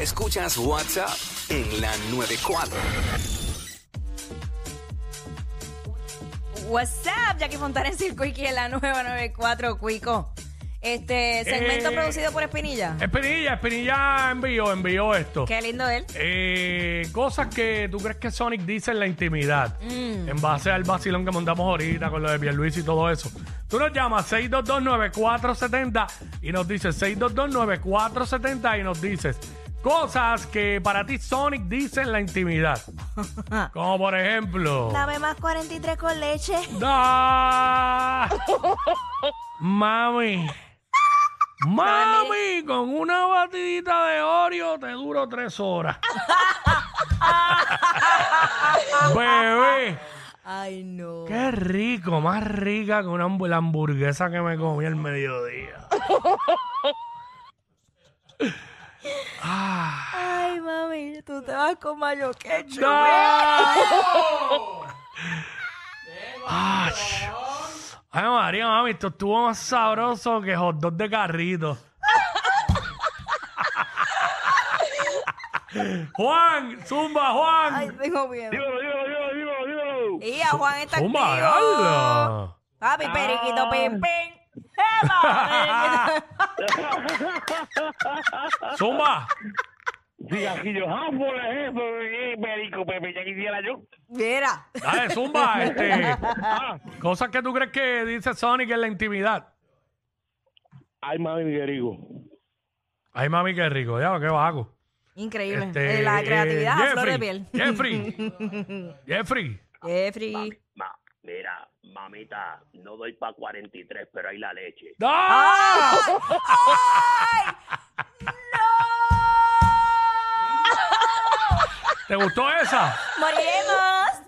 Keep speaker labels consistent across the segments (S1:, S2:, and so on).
S1: Escuchas WhatsApp en la 94.
S2: WhatsApp, Jackie Fontanes y el Quickie en la 994, Cuico. Este segmento
S3: Eh.
S2: producido por Espinilla.
S3: Espinilla, Espinilla envió, envió esto.
S2: Qué lindo él.
S3: Eh, cosas que tú crees que Sonic dice en la intimidad. En base al vacilón que montamos ahorita con lo de Pierluis y todo eso. Tú nos llamas 6229470 y nos dices 6229470 y nos dices cosas que para ti Sonic dice en la intimidad. Como por ejemplo...
S2: Dame más 43 con leche.
S3: Da. Mami. Mami, con una batidita de Oreo te duro tres horas. Bebé,
S2: Ay, no.
S3: qué rico, más rica que una hambu- la hamburguesa que me comí al mediodía.
S2: Ay, mami, tú te vas con mayo ketchup.
S3: Da. Ay, Ay, María, mami, esto estuvo más sabroso que hot dog de carrito. Juan, zumba, Juan.
S2: Ay, tengo miedo.
S4: Dímelo, dímelo, dímelo, dímelo, dímelo.
S2: Y a Juan está
S3: zumba,
S2: activo.
S3: habla.
S2: Papi, periquito, pim, pim.
S3: Ah.
S2: ¡Eva!
S3: Zumba.
S4: Cigajillo, "Ah, por ejemplo, eh, perico, Pepe, ya quisiera yo.
S2: Mira.
S3: Dale, Ah, zumba. Este. Cosas que tú crees que dice Sonic en la intimidad.
S4: Ay, mami, mi perico.
S3: Ay, mami, qué rico. Ya, qué bajo.
S2: Increíble.
S3: Este,
S2: Eh, la
S3: eh,
S2: creatividad a flor de
S3: Jeffrey,
S2: piel.
S3: Jeffrey. Jeffrey.
S2: Jeffrey.
S4: Ma, mira, mamita, no doy pa' 43, pero hay la leche.
S3: ¡Ah!
S2: ¡Ay!
S3: ¿Te gustó esa?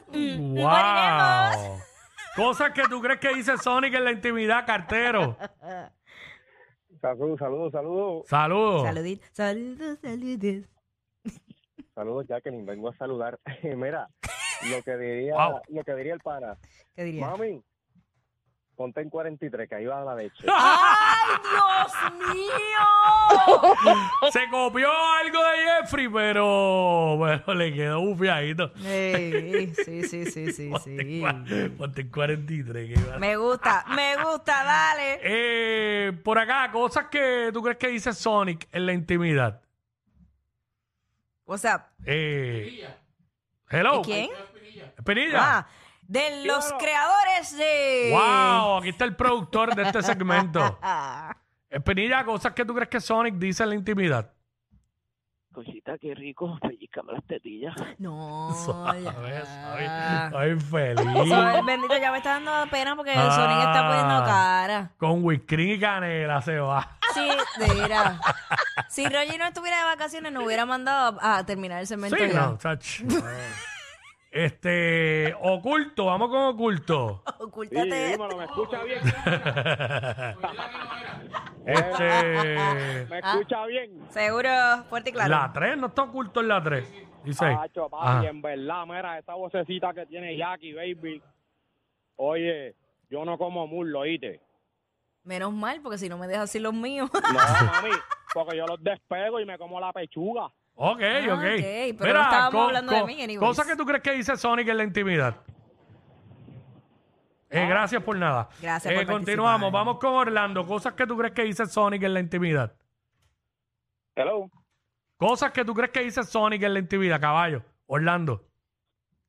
S2: ¡Moriremos! Mm,
S3: ¡Wow! Cosas que tú crees que dice Sonic en la intimidad, cartero.
S4: Saludos, saludos, saludos.
S3: Saludos.
S2: Saluditos, saludos, saludos.
S4: Saludos, Jacqueline, vengo a saludar. Eh, mira, lo que diría,
S3: Wow.
S4: lo que diría el pana.
S2: ¿Qué dirías?
S4: Mami, ponte en 43, que ahí va la leche.
S2: ¡Ay, Dios mío!
S3: Se copió algo de Jeffrey, pero, pero le quedó bufiadito.
S2: Ey, sí, sí, sí, sí,
S3: Ponte
S2: sí.
S3: cua- ponte 43. que iba-
S2: Me gusta, me gusta, dale.
S3: Eh, por acá, cosas que tú crees que dice Sonic en la intimidad.
S2: O sea,
S3: Eh, hello.
S2: ¿y quién?
S3: Espinilla.
S2: Ah, eh. de los creadores de...
S3: ¡Wow! Aquí está el productor de este segmento.
S2: Ah,
S3: Espinilla, cosas que tú crees que Sonic dice en la intimidad.
S5: Cosita, qué rico, pellizcame las tetillas.
S2: no,
S3: Suave,
S2: ya.
S3: suave. Ay, feliz.
S2: Suave, bendito, ya me está dando pena porque
S3: Ah.
S2: Sonic está poniendo cara.
S3: Con whisky y canela se va.
S2: Sí, mira. Si Roger no estuviera de vacaciones, nos hubiera mandado a, a terminar el cemento.
S3: Sí,
S2: ya.
S3: no, chach. Este, oculto, vamos con oculto.
S4: Sí,
S2: Ocúltate.
S4: dímelo, me escucha bien.
S3: Este,
S4: Me escucha bien.
S2: Seguro, fuerte y claro.
S3: la 3, no está oculto en la 3. Dice.
S4: Pacho, papi,
S3: Ajá.
S4: en verdad, mira, esa vocecita que tiene Jackie, baby. Oye, yo no como muslo, ¿oíste?
S2: Menos mal, porque si no me dejas así los míos.
S4: No, mami, porque yo los despego y me como la pechuga.
S3: Ok, ok.
S2: Ah, ok, pero no estábamos hablando de mí, anyways.
S3: Cosas que tú crees que dice Sonic en la intimidad. Eh, gracias por nada.
S2: Ah. Gracias
S3: Eh,
S2: por
S3: Continuamos,
S2: participar.
S3: vamos con Orlando. Cosas que tú crees que dice Sonic en la intimidad.
S4: Hello.
S3: Cosas que tú crees que dice Sonic en la intimidad, caballo. Orlando.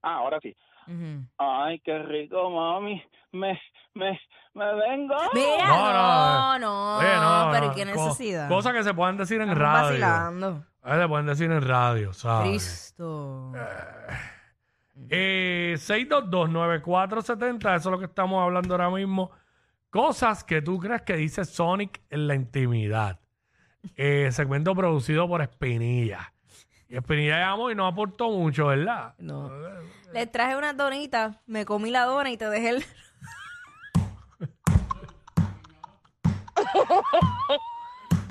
S4: Ah, ahora sí.
S2: Ujú.
S4: Ay, qué rico, mami. Me, me, me vengo.
S2: Mira, no, no, no,
S3: Oye, no,
S2: Ah, pero
S3: no,
S2: ¿y qué
S3: co-
S2: necesidad?
S3: cosas que se pueden decir en
S2: Estamos
S3: radio.
S2: vacilando.
S3: Eh, se pueden decir en radio, ¿sabes?
S2: Cristo.
S3: Eh, 6229470, eso es lo que estamos hablando ahora mismo. Cosas que tú crees que dice Sonic en la intimidad. Eh, segmento producido por Espinilla. Y Espinilla llamó y no aportó mucho, ¿verdad?
S2: No. Les traje unas donitas, me comí la dona y te dejé el...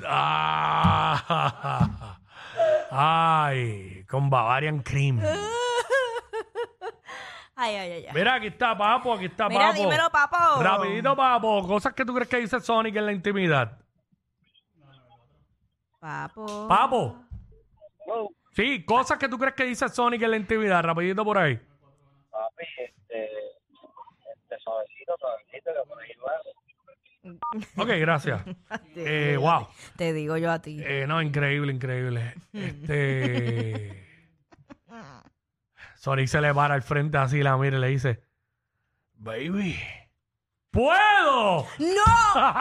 S3: Ah, ay, con Bavarian Cream.
S2: Ay, ay, ay, ay.
S3: Mira, aquí está Papo, aquí está
S2: Mira,
S3: Papo.
S2: dímelo, papo.
S3: Rapidito, Papo, cosas que tú crees que dice Sonic en la intimidad.
S2: Papo.
S3: Papo, Sí, cosas que tú crees que dice Sonic en la intimidad, rapidito por ahí.
S6: Papi, este, este suavecito, suavecito, que por ahí va.
S3: Ok, gracias. Eh, wow.
S2: Te digo yo a ti.
S3: Eh, no, increíble, increíble. Este. Sonic se le para al frente así, la mira y le dice: Baby, ¡puedo!
S2: ¡No!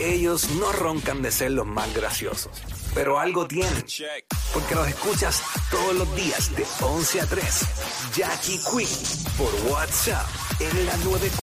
S1: Ellos no roncan de ser los más graciosos, pero algo tienen. Porque los escuchas todos los días de 11 a 3. Jackie Quinn por WhatsApp en la 9.